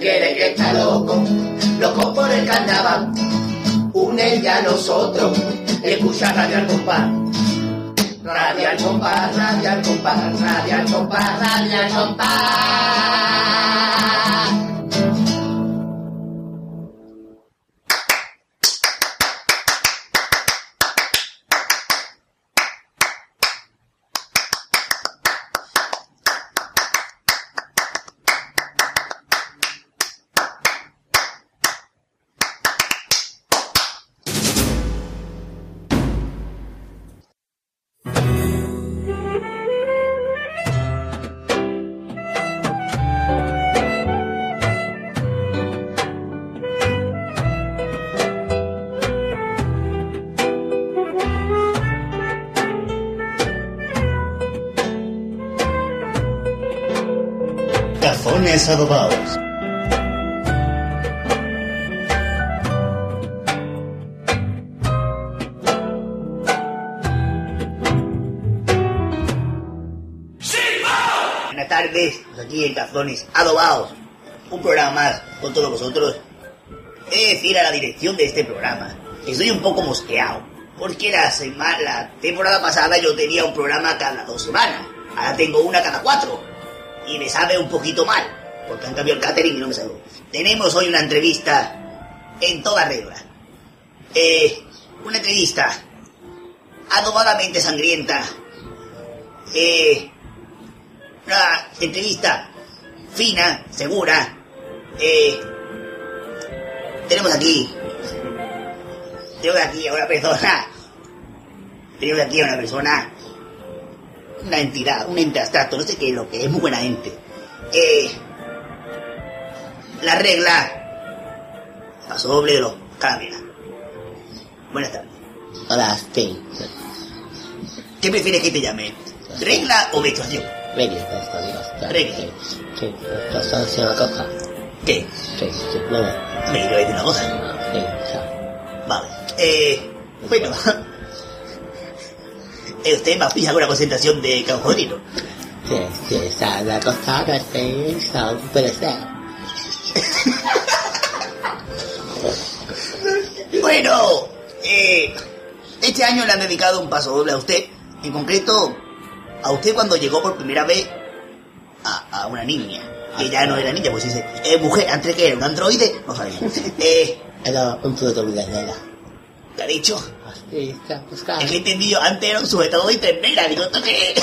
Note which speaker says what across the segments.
Speaker 1: que está loco, loco por el carnaval. Une ya a nosotros y escucha radio al compás. Radio al compás, radio al compás, radio al compás, radio al compás.
Speaker 2: Cazones adobados.
Speaker 3: Buenas tardes, pues aquí en Cazones Adobados, un programa más con todos vosotros. He de decir a la dirección de este programa que estoy un poco mosqueado, porque la, semana, la temporada pasada yo tenía un programa cada dos semanas, ahora tengo una cada cuatro, y me sabe un poquito mal, porque han cambiado el catering y no me sabe. Tenemos hoy una entrevista en toda regla. Eh, una entrevista adobadamente sangrienta. Eh, una entrevista fina, segura. Eh, tenemos aquí. Tenemos aquí a una persona. Tenemos aquí a una persona. Una entidad, un ente abstracto, no sé qué es lo que es, muy buena ente. Eh, la regla pasó doble de los caramelas. Buenas tardes.
Speaker 2: Hola, sí.
Speaker 3: ¿Qué prefieres que te llame? ¿Regla o menstruación?
Speaker 2: Reggae, esto, digo.
Speaker 3: Reggae.
Speaker 2: Sí, esto está haciendo una cosa.
Speaker 3: ¿Qué?
Speaker 2: Sí, sí, bueno.
Speaker 3: Me quiero decir una cosa.
Speaker 2: Sí, ya.
Speaker 3: Vale. Eh, bueno. Eh, Usted me pisa con una concentración de cocodrilo.
Speaker 2: Sí, sí, está la cosa que se hizo, puede ser.
Speaker 3: Bueno, eh, este año le han dedicado un paso doble a usted. En concreto, a usted cuando llegó por primera vez a, a una niña. Que ya no era niña, pues dice, eh, mujer, antes que era un androide, no sabemos. Eh,
Speaker 2: Era un fruto de la
Speaker 3: ¿le ha dicho?
Speaker 2: Así está, pues
Speaker 3: Es
Speaker 2: claro.
Speaker 3: que he entendido, antes era un sujetador de ternera, digo, ¿esto qué es?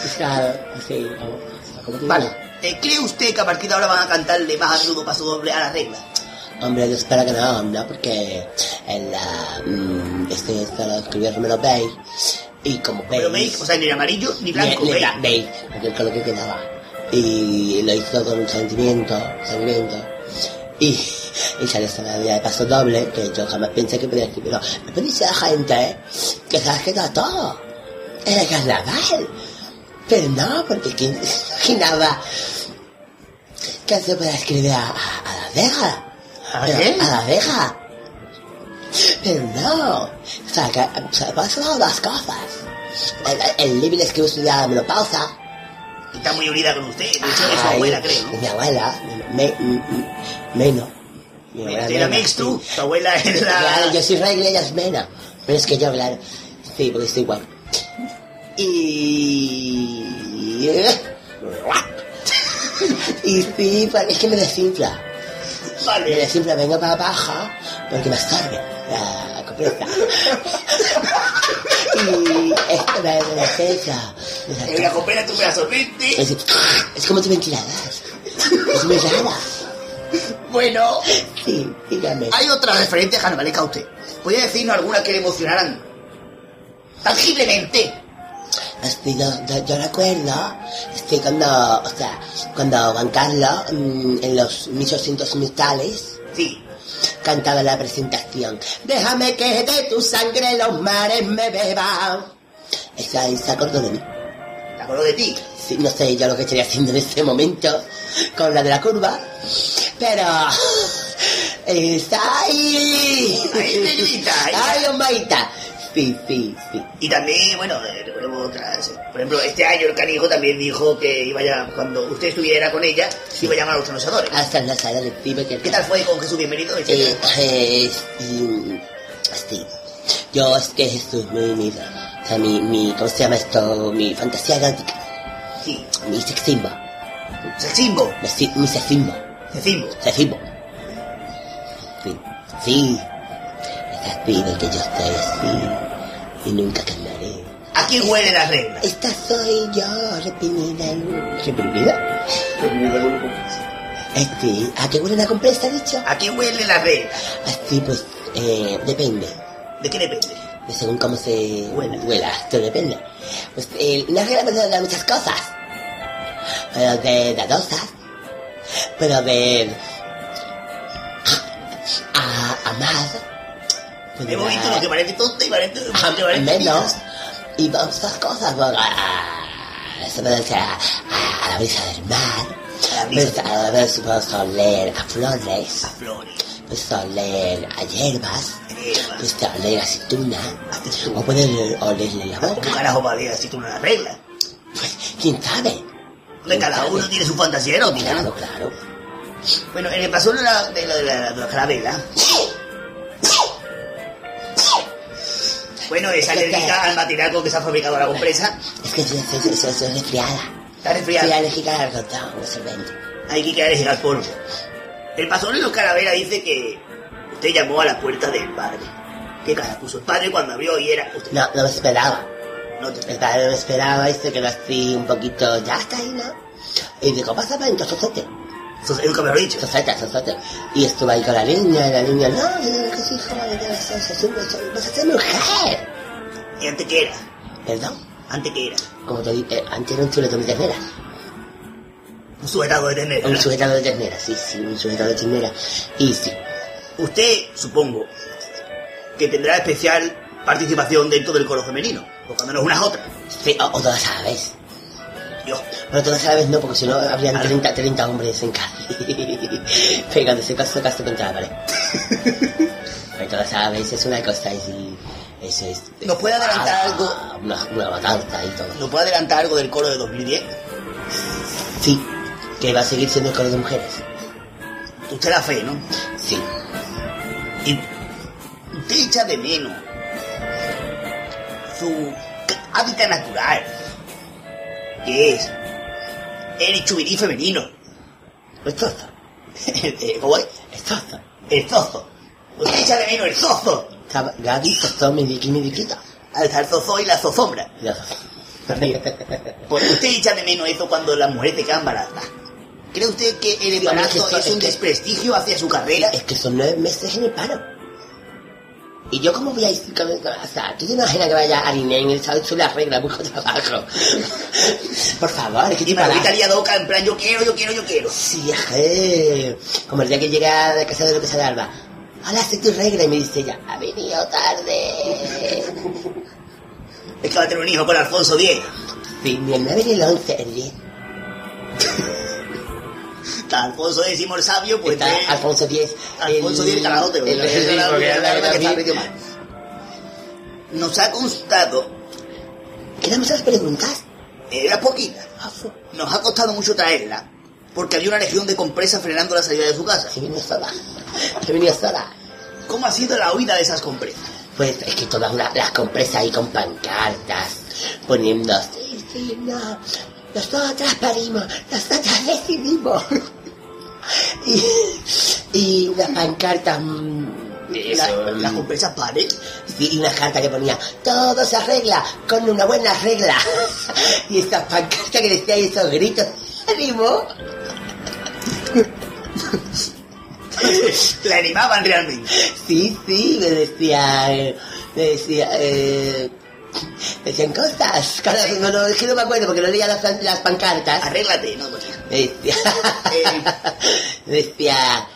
Speaker 2: Pues claro, así, o- como tú
Speaker 3: Vale,
Speaker 2: dices.
Speaker 3: eh, ¿cree usted que a partir de ahora van a cantarle más a menudo paso doble a la regla?
Speaker 2: Hombre, yo espero que no, ¿no? Porque en la... mm, este está lo escribieron, me lo veis. Y como veis...
Speaker 3: Pero veis, o sea, ni amarillo ni blanco,
Speaker 2: Ni- ni
Speaker 3: veis.
Speaker 2: bla- veis, aquel color que quedaba. Y lo hizo con un sentimiento, sentimiento. Y, y salió esta Navidad de paso doble, que yo jamás pensé que podía escribirlo. Me puede decir la gente ¿eh? que se ha quedado todo. Era el carnaval. Pero no, porque ¿quién se imaginaba que se podía escribir a, a- a la deja?
Speaker 3: ¿A
Speaker 2: Pero,
Speaker 3: qué?
Speaker 2: A la deja. Pero no, o sea, que, o sea, pasan las cosas. El, el, el libro escribe su día me lo pausa.
Speaker 3: Está muy unida con usted, de hecho es Ah, su abuela, creo, ¿no?
Speaker 2: Mi abuela, me, me, Meno. Mi abuela
Speaker 3: Era
Speaker 2: Mena,
Speaker 3: mix tú,
Speaker 2: sí.
Speaker 3: tu abuela es
Speaker 2: Claro,
Speaker 3: la...
Speaker 2: yo soy regla y ella es Mena. Pero es que yo, claro, sí, porque estoy igual. Y... Y sí, pa- es que me desinfla. Me
Speaker 3: Vale,
Speaker 2: desinfla, vengo para baja porque me estorbe la copresa. y es que me me desinfla. me
Speaker 3: en
Speaker 2: desinfla.
Speaker 3: la copera tú me la sorbiste.
Speaker 2: Es, es como te ventiladas. Es muy rara.
Speaker 3: Bueno,
Speaker 2: Sí, dígame.
Speaker 3: hay otras referentes carnavalescas a usted. ¿Podría decirnos alguna que le emocionaran? Tangiblemente.
Speaker 2: Este, yo, yo, yo recuerdo este, cuando, o sea, cuando Juan Carlos, mm, en los 1800 mitales,
Speaker 3: Sí.
Speaker 2: cantaba la presentación. Déjame que de tu sangre los mares me beban. Esa, se acordó de mí.
Speaker 3: ¿Te acuerdo de ti?
Speaker 2: Sí, no sé yo lo que estaría haciendo en este momento con la de la curva, pero está ahí.
Speaker 3: Ahí, negrita, ahí.
Speaker 2: Ay, hombreita. Sí, sí, sí.
Speaker 3: Y también, bueno, eh, recuerdo otras. eh, Por ejemplo, este año el canijo también dijo que iba ya, cuando usted estuviera con ella, iba a llamar a los anunciadores.
Speaker 2: Hasta en la sala de encima que
Speaker 3: ¿Qué tal fue con Jesús Bienvenido?
Speaker 2: Eh,
Speaker 3: etcétera?
Speaker 2: eh, sí, sí. Yo es que Jesús, mi, mi, o sea, mi, mi, ¿cómo se llama esto? Mi fantasía erótica,
Speaker 3: Sí.
Speaker 2: mi sexismo,
Speaker 3: Sexismo.
Speaker 2: mi, si- mi sexismo,
Speaker 3: Sexismo.
Speaker 2: sexismo. Sí, sí, estás viendo que yo estoy así y nunca cambiaré.
Speaker 3: ¿A quién huelen las reglas?
Speaker 2: Esta soy yo, reprimida. y- ¿Reprimida? Este, ¿a qué huele la compresa, dicho?
Speaker 3: ¿A quién huelen las reglas?
Speaker 2: Así pues, eh, depende.
Speaker 3: ¿De qué depende?
Speaker 2: de según cómo se
Speaker 3: Huela.
Speaker 2: huela, esto depende. Pues eh, las reglas pueden de muchas cosas. Puedo ver dadosas, puedo ver a, a más, puedo
Speaker 3: Me voy
Speaker 2: ver
Speaker 3: lo que parece tonto y parece...
Speaker 2: a,
Speaker 3: que parece
Speaker 2: menos,
Speaker 3: pitas.
Speaker 2: y muchas cosas, bueno, a, se puede ser a, a- a la brisa del mar,
Speaker 3: A la brisa.
Speaker 2: pues, a veces puedo oler a flores, pues,
Speaker 3: A flores.
Speaker 2: puedo oler a hierbas,
Speaker 3: a hierbas.
Speaker 2: puedes oler a aceituna.
Speaker 3: Haces
Speaker 2: O
Speaker 3: tú.
Speaker 2: pueden olerle la
Speaker 3: ¿Cómo
Speaker 2: boca.
Speaker 3: carajo va a leer así tú una regla?
Speaker 2: Pues, ¿quién sabe?
Speaker 3: De cada uno tiene su fantasía erótica,
Speaker 2: Claro,
Speaker 3: ¿no?
Speaker 2: claro.
Speaker 3: Bueno, en el paso de la, de la, de la, de la carabela. Bueno, esa alérgica al matinaco que se ha fabricado la compresa.
Speaker 2: Es que soy, soy, soy, soy, soy resfriada.
Speaker 3: Está
Speaker 2: Soy
Speaker 3: resfriada.
Speaker 2: alérgica al algodón, no solvente.
Speaker 3: Hay que quedar en el polvo. El pastor de los calaveras dice que usted llamó a la puerta del padre. ¿Qué cara puso el padre cuando abrió y era usted?
Speaker 2: No, no me esperaba.
Speaker 3: No te
Speaker 2: El padre no me esperaba y se quedó así un poquito, ya está ahí, ¿no? Y dijo, pasa para adentro, sosete.
Speaker 3: Eso es lo que me lo he dicho.
Speaker 2: Sosete, sosete. Y estuve ahí con la niña, y la niña, no, yo no, que soy joven, yo no soy, soy, soy, soy, vas a ser mujer.
Speaker 3: ¿Y antes qué era?
Speaker 2: Perdón,
Speaker 3: ¿Antes qué era?
Speaker 2: como te dije, eh, antes era un chuletón de ternera.
Speaker 3: Un sujetado de ternera.
Speaker 2: Un sujetado de ternera, sí, sí, un sujetado de ternera. Y sí,
Speaker 3: Usted, supongo, que tendrá especial participación dentro del coro femenino, porque al menos unas otras.
Speaker 2: sí, o, o todas a la vez.
Speaker 3: Yo,
Speaker 2: Pero todas a la vez no, porque si no habrían
Speaker 3: Claro.
Speaker 2: 30, 30 hombres en casa. Pegándose caso a caso contra la pared. Pero todas a la vez es una cosa y sí, eso es...
Speaker 3: ¿Nos puede adelantar
Speaker 2: Ah,
Speaker 3: algo?
Speaker 2: Una, una matanza y todo.
Speaker 3: ¿nos puede adelantar algo del coro de 2010?
Speaker 2: Sí, que va a seguir siendo el coro de mujeres.
Speaker 3: Usted la fe, ¿no?
Speaker 2: Sí.
Speaker 3: Y usted echa de menos su hábitat natural, que es el chubirí femenino,
Speaker 2: Pues tosta,
Speaker 3: el, el- ¿cómo es?
Speaker 2: es tosta.
Speaker 3: El zozo. Usted echa de menos el zozo,
Speaker 2: Cab- Gaby, tostón, midiqui, midiquita.
Speaker 3: al estar zozo y la zozombra.
Speaker 2: Ya.
Speaker 3: Porque usted echa de menos eso cuando las mujeres se quedan baratas. ¿Cree usted que el
Speaker 2: Bueno, es
Speaker 3: embarazo
Speaker 2: que esto-
Speaker 3: es un
Speaker 2: es que-
Speaker 3: desprestigio hacia su carrera?
Speaker 2: Es que son nueve meses en el paro. Y yo cómo voy a ir con O sea, tú te imaginas que vaya a Ariné en el sábado y la regla, busco trabajo. Por favor, es que
Speaker 3: Y
Speaker 2: te
Speaker 3: Manolita
Speaker 2: paras.
Speaker 3: Liadoca en plan, yo quiero, yo quiero, yo quiero.
Speaker 2: Sí, ajé. Como el día que llega a la casa de lo que se alba. Hola, sé tu regla. Y me dice ella, ha venido tarde.
Speaker 3: Es que va a tener un hijo con Alfonso X.
Speaker 2: Sí, ni el 9 ni el 11, el 10.
Speaker 3: Está Alfonso X el sabio, pues...
Speaker 2: Está
Speaker 3: eh,
Speaker 2: Alfonso X.
Speaker 3: Alfonso
Speaker 2: el-
Speaker 3: X el carajote.
Speaker 2: el- el-
Speaker 3: porque la-
Speaker 2: porque
Speaker 3: la- la- la-
Speaker 2: era
Speaker 3: que está
Speaker 2: David.
Speaker 3: medio mal. Nos ha costado,
Speaker 2: Quedan muchas preguntas. Ah,
Speaker 3: era poquita, nos ha costado mucho traerla, porque había una legión de compresas frenando la salida de su casa.
Speaker 2: He venido sola. He venido sola.
Speaker 3: ¿Cómo ha sido la huida de esas compresas?
Speaker 2: Pues es que todas una- las compresas ahí con pancartas, poniendo, sí, sí, no, nosotras parimos, nosotras decidimos. y, y unas pancartas, mm,
Speaker 3: La-
Speaker 2: la-
Speaker 3: las
Speaker 2: las com-
Speaker 3: compresas paren.
Speaker 2: ¿eh? sí, y una carta que ponía, todo se arregla con una buena regla. y esas pancartas que decían y esos gritos, ánimo.
Speaker 3: la animaban realmente.
Speaker 2: Sí, sí, me decía, eh, me decía, eh, me decían cosas. Claro, no, no, es que no me acuerdo porque no leía las, pan- las pancartas.
Speaker 3: Arréglate, no, Eh, Doña.
Speaker 2: Me decía, me decía,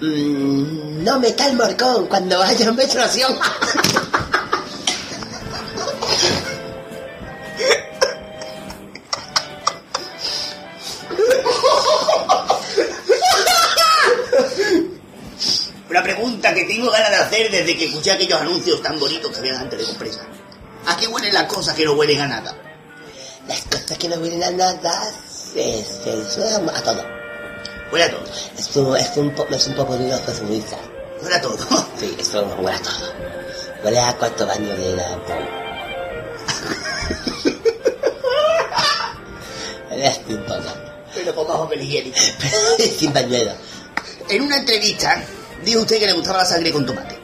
Speaker 2: mm, no me el morcón cuando vaya a menstruación.
Speaker 3: Una Una pregunta que tengo ganas de hacer desde que escuché aquellos anuncios tan bonitos que había antes de compresa. ¿A qué huelen las cosas que no huelen a nada?
Speaker 2: Las cosas que no vienen a nada se, se suenan a todo.
Speaker 3: Huele a todo.
Speaker 2: Es un, es un, po- es un poco de una profundista.
Speaker 3: Huele a todo.
Speaker 2: Sí, eso huele a todo. Huele a cuarto baño de la Huele a steampunk.
Speaker 3: Pero con más papel higiénico.
Speaker 2: Sin pañuelo.
Speaker 3: En una entrevista, dijo usted que le gustaba la sangre con tomate.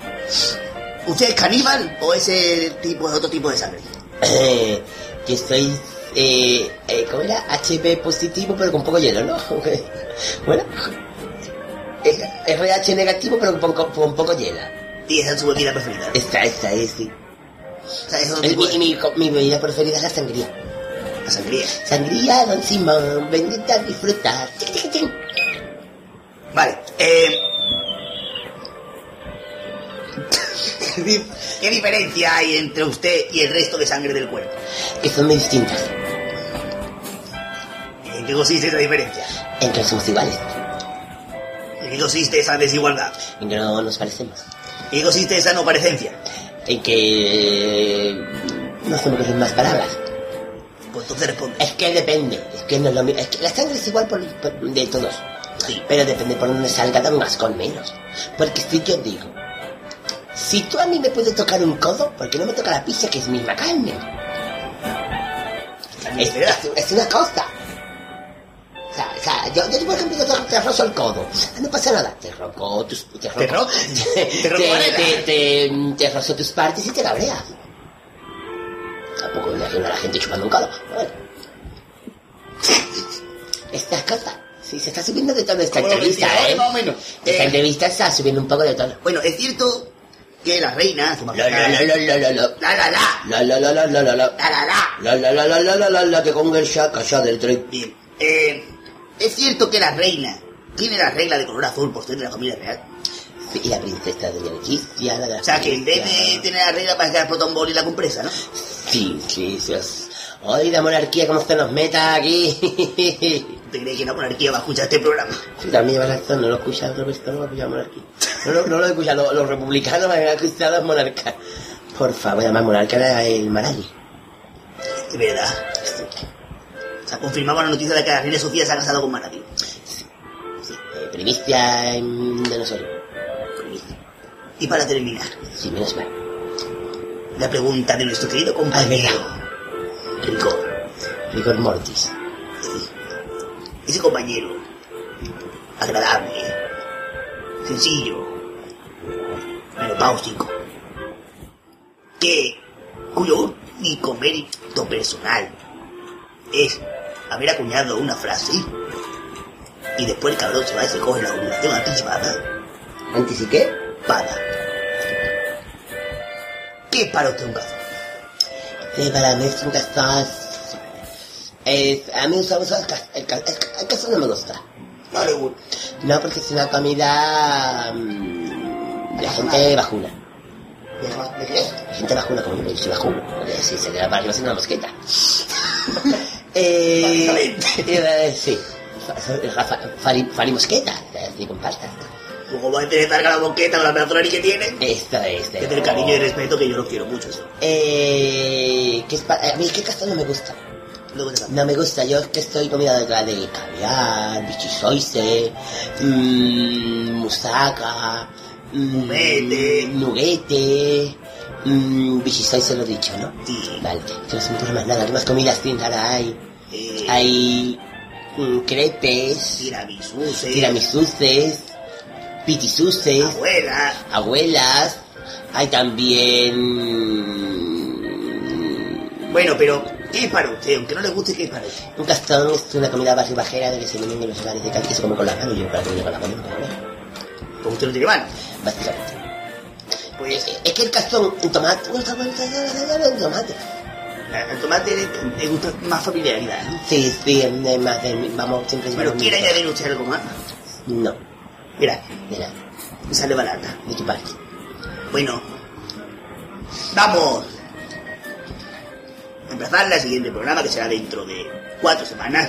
Speaker 3: ¿Usted es caníbal o ese tipo es otro tipo de sangre?
Speaker 2: Eh, que soy, eh, eh, ¿cómo era? HB positivo pero con poco hielo, ¿no? bueno, es RH negativo pero con poco, con poco hielo.
Speaker 3: Y esa es su bebida preferida.
Speaker 2: Esta, esta es, sí.
Speaker 3: O sea, es otro
Speaker 2: Y
Speaker 3: tipo
Speaker 2: mi, y
Speaker 3: de
Speaker 2: mi, co- mi bebida preferida es la sangría.
Speaker 3: la sangría.
Speaker 2: Sangría, don Simón, bendita disfruta. Tic, tic, tic.
Speaker 3: Vale, eh... ¿Qué diferencia hay entre usted y el resto de sangre del cuerpo?
Speaker 2: Que son muy distintas.
Speaker 3: ¿En qué consiste esa diferencia?
Speaker 2: En que no somos iguales,
Speaker 3: ¿En qué consiste esa desigualdad?
Speaker 2: en que no nos parecemos,
Speaker 3: ¿En qué consiste esa no parecencia?
Speaker 2: en que eh, no se me ocurren más palabras.
Speaker 3: Pues entonces responde.
Speaker 2: Es que depende, es que no es lo mi- es que la sangre es igual por, por- de todos,
Speaker 3: Sí.
Speaker 2: pero depende por dónde salga da un con menos. Porque si yo digo, si tú a mí me puedes tocar un codo, ¿por qué no me toca la pizza que es misma carne?
Speaker 3: Sangre,
Speaker 2: Es,
Speaker 3: ¿verdad?
Speaker 2: es- es una cosa. O sea, o sea, yo, yo, por ejemplo, yo te, te rozo el codo. Ah, No pasa nada. Te roco tus... Te roco,
Speaker 3: Te ro-
Speaker 2: te,
Speaker 3: te roco varela.
Speaker 2: te, te, te rozo tus partes y te cabreas. Tampoco me imagino a la gente chupando un codo. Pero Bueno. Estas cosas. Sí, se está subiendo de tono esta
Speaker 3: Como los
Speaker 2: entrevista, ¿eh?
Speaker 3: ventiladores, más o menos.
Speaker 2: Esta
Speaker 3: Eh.
Speaker 2: entrevista está subiendo un poco de tono.
Speaker 3: Bueno, es cierto que la reina... su
Speaker 2: Lo,
Speaker 3: majestad-
Speaker 2: lo, lo, lo, lo, lo.
Speaker 3: La la la,
Speaker 2: Lo, lo, lo, lo, lo, lo, lo.
Speaker 3: la la la.
Speaker 2: La, la, la, la, la, la, la, la, que con el ya cayó del tren.
Speaker 3: Bien, eh, es cierto que la reina tiene la regla de color azul por ser de la familia real.
Speaker 2: Y la princesa de Leticia, la de la
Speaker 3: O sea, que el
Speaker 2: Francia.
Speaker 3: debe tener la regla para sacar Proton Ball y la compresa, ¿no?
Speaker 2: Sí, sí, sí. os- Oye, la monarquía, ¿cómo se nos meta aquí?
Speaker 3: ¿Te crees que la monarquía va a escuchar este programa?
Speaker 2: Sí, también lleva razón, no lo escucha otro no lo escucha monarquía. No, lo- no lo escucha, lo- los republicanos me han acusado de monarca. Por favor, además monarca era el Marali.
Speaker 3: Es verdad. O sea, confirmaba la noticia de que la reina Sofía se ha casado con Maraví.
Speaker 2: Sí, eh, primicia em, de nosotros.
Speaker 3: Y para terminar,
Speaker 2: Sí, menos mal.
Speaker 3: la pregunta de nuestro querido compañero. Rico.
Speaker 2: Rigor mortis.
Speaker 3: Ese compañero. Agradable. Sencillo. Menopáusico. Que. cuyo único mérito personal es haber acuñado una frase. Y después el cabrón se va y se coge la ovulación anticipada.
Speaker 2: ¿Antes y qué?
Speaker 3: Para. ¿Qué es para usted un caso?
Speaker 2: Sí, Este para mí es un caso... Es, a mí usamos el caso, el ca- el ca- el caso no me gusta.
Speaker 3: No le gusta.
Speaker 2: No, porque es una comida... mm, La gente vacuna.
Speaker 3: ¿De qué?
Speaker 2: La gente vacuna como yo soy vacuno. porque Si se le da para arriba es una mosqueta. eh, eh, sí. Fa- fa- fa- fari- farimosqueta. Ni con pasta.
Speaker 3: Como va a intentar la boqueta con la peatonal que tiene.
Speaker 2: Esto es... de-
Speaker 3: Que del cariño y respeto que yo lo quiero mucho eso.
Speaker 2: Eh, ¿qué es pa- a mí qué caso no me gusta.
Speaker 3: Luego te
Speaker 2: No me gusta, yo es que estoy comida detrás de caviar, bichisoise, mmm, musaca, mmm,
Speaker 3: Nuguete.
Speaker 2: nuguete, mmm, bichisoise lo he dicho, ¿no?
Speaker 3: Sí.
Speaker 2: Vale, que no se me ocurre más nada, ¿qué más comidas tienen ahora hay?
Speaker 3: Eh,
Speaker 2: Hay mm, crepes,
Speaker 3: tiramisú, sí.
Speaker 2: tiramisuses, pitisuses,
Speaker 3: Abuela.
Speaker 2: abuelas, hay también...
Speaker 3: Bueno, pero, ¿qué es para usted? Aunque no le guste, ¿qué es para usted?
Speaker 2: mm, Un castón es una comida barri- bajera de que se venden en los hogares de Cali que se come con las manos y yo para comer con las manos, no como nada,
Speaker 3: Porque Pues usted no tiene mano.
Speaker 2: básicamente.
Speaker 3: Pues,
Speaker 2: Es, es que el castón, un tomate, un tomate, un tomate.
Speaker 3: al tomate le, le gusta más familiaridad, ¿no?
Speaker 2: Sí, sí, es más de, vamos, siempre es
Speaker 3: Bueno,
Speaker 2: más
Speaker 3: ¿quiere
Speaker 2: de-
Speaker 3: añadir usted algo más?
Speaker 2: No,
Speaker 3: Mira,
Speaker 2: de nada,
Speaker 3: me sale barata.
Speaker 2: de tu parte.
Speaker 3: Bueno, vamos a empezar el siguiente programa que será dentro de cuatro semanas.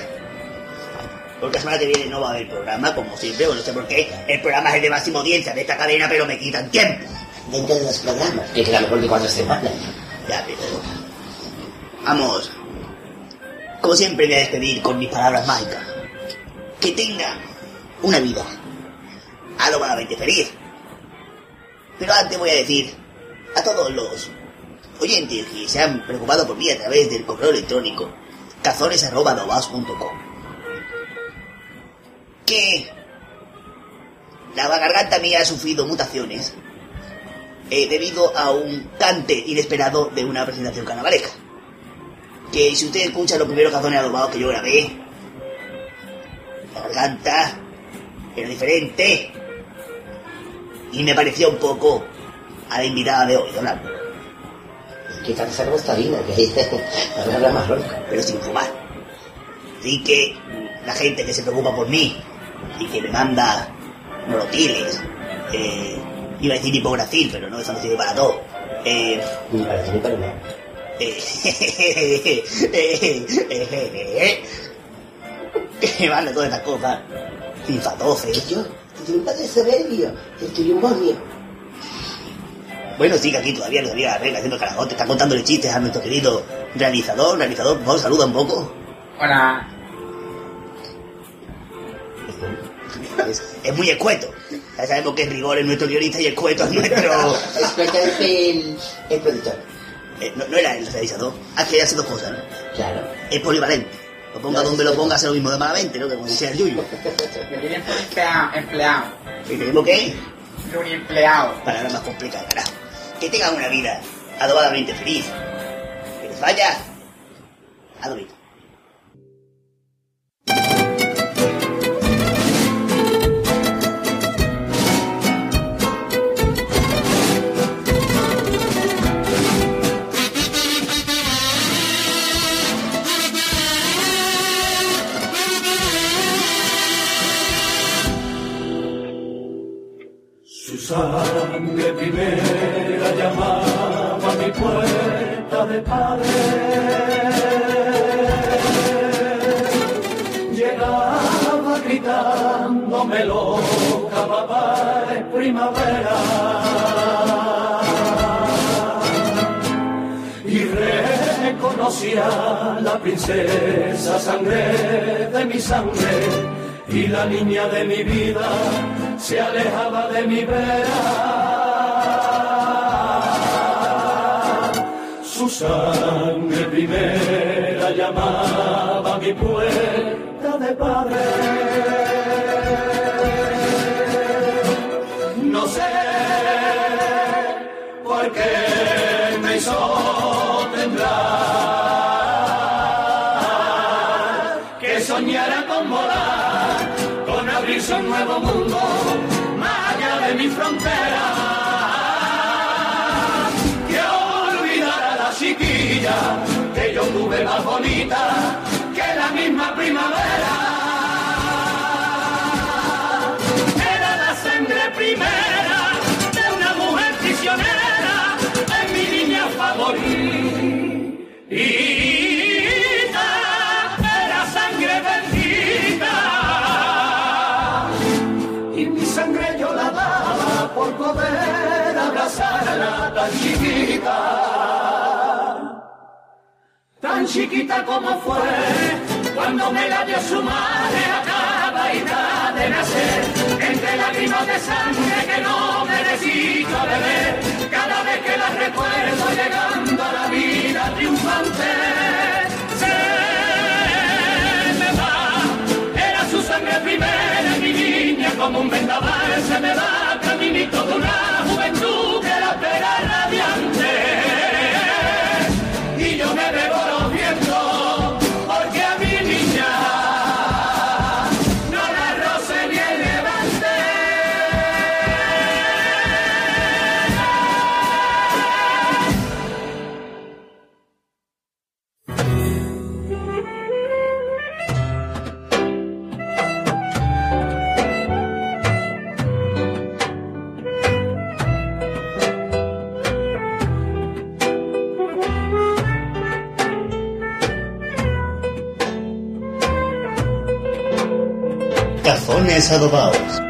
Speaker 3: Porque la semana que viene no va a haber programa, como siempre, o no sé por qué. El programa es el de máxima audiencia de esta cadena, pero me quitan tiempo.
Speaker 2: Dentro de los programas, que queda mejor de cuatro semanas.
Speaker 3: Ya, pero... Vamos. Como siempre, me voy a despedir con mis palabras mágicas. Que tenga
Speaker 2: Una vida.
Speaker 3: algo malamente feliz. Pero antes voy a decir a todos los oyentes que se han preocupado por mí a través del correo electrónico cazones.com que la garganta mía ha sufrido mutaciones eh, debido a un cante inesperado de una presentación carnavalesca. Que si usted escucha los primeros cazones adobados que yo grabé, la garganta era diferente. Y me pareció un poco a la invitada de hoy, Yolanda.
Speaker 2: Que tal sacamos taurina, que habla más ronca.
Speaker 3: pero sin fumar. Así que la gente que se preocupa por mí y que me manda morotiles, eh, iba a decir hipografil, pero no, eso no sirve para todo. Eh,
Speaker 2: Ni para ti ni para nada.
Speaker 3: eh, que me manda todas estas cosas.
Speaker 2: Y
Speaker 3: Infatofe.
Speaker 2: yo, si tu padre es soberbio, el tuyo un momio.
Speaker 3: Bueno, sí, que aquí todavía no sabía la regla, haciendo carajote, está contándole chistes a nuestro querido realizador. Realizador, por favor, saluda un poco.
Speaker 4: Hola.
Speaker 3: Es, es muy escueto. Ya sabemos que es rigor es nuestro guionista y escueto es nuestro...
Speaker 2: Espérate el, el productor.
Speaker 3: Eh, no, no era el realizador. Ah, que hace dos cosas, ¿no?
Speaker 2: Claro.
Speaker 3: Es polivalente. Lo ponga
Speaker 2: Ya,
Speaker 3: donde
Speaker 2: sí,
Speaker 3: lo
Speaker 2: sí.
Speaker 3: ponga, hace lo mismo de malamente, ¿no? Que como decía el Yuyu.
Speaker 4: Me tienen por empleado, empleado.
Speaker 3: Y tenemos que ir
Speaker 4: Pluriempleado.
Speaker 3: para la más complicada, carajo. Que tengan una vida adobadamente feliz. Que les vaya adobito.
Speaker 5: Su sangre primera llamaba a mi puerta de pared. Llegaba gritándome loca, papá es primavera. Y reconocía a la princesa sangre de mi sangre y la niña de mi vida se alejaba de mi vera. Su sangre primera llamaba a mi puerta de padre. No sé por qué me hizo temblar, que soñara con volar, con abrirse un nuevo mundo, más allá de mi frontera. Que olvidara la chiquilla que yo tuve más bonita que la misma primavera era la sangre primera de una mujer prisionera, de mi niña favorita, era sangre bendita. Y mi sangre yo la daba por poder abrazarla tan chiquita tan chiquita como fue, cuando me la dio su madre acaba y da de nacer, entre lágrimas de sangre que no merecí yo beber, cada vez que la recuerdo llegando a la vida triunfante. Se me va, era su sangre primera, mi niña como un vendaval, se me va caminito de una juventud que la espera radiante y yo me bebo los vientos, porque a mi niña no la roce ni el levante.
Speaker 6: Cazones adobados.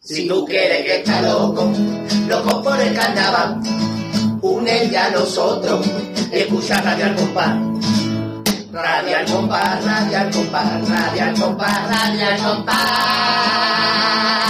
Speaker 1: Si tú quieres que está loco, loco por el carnaval, une ya a nosotros y escucha Radio al Compás. Radio al Compás, Radio al Compás, Radio al Compás, Radio al Compás.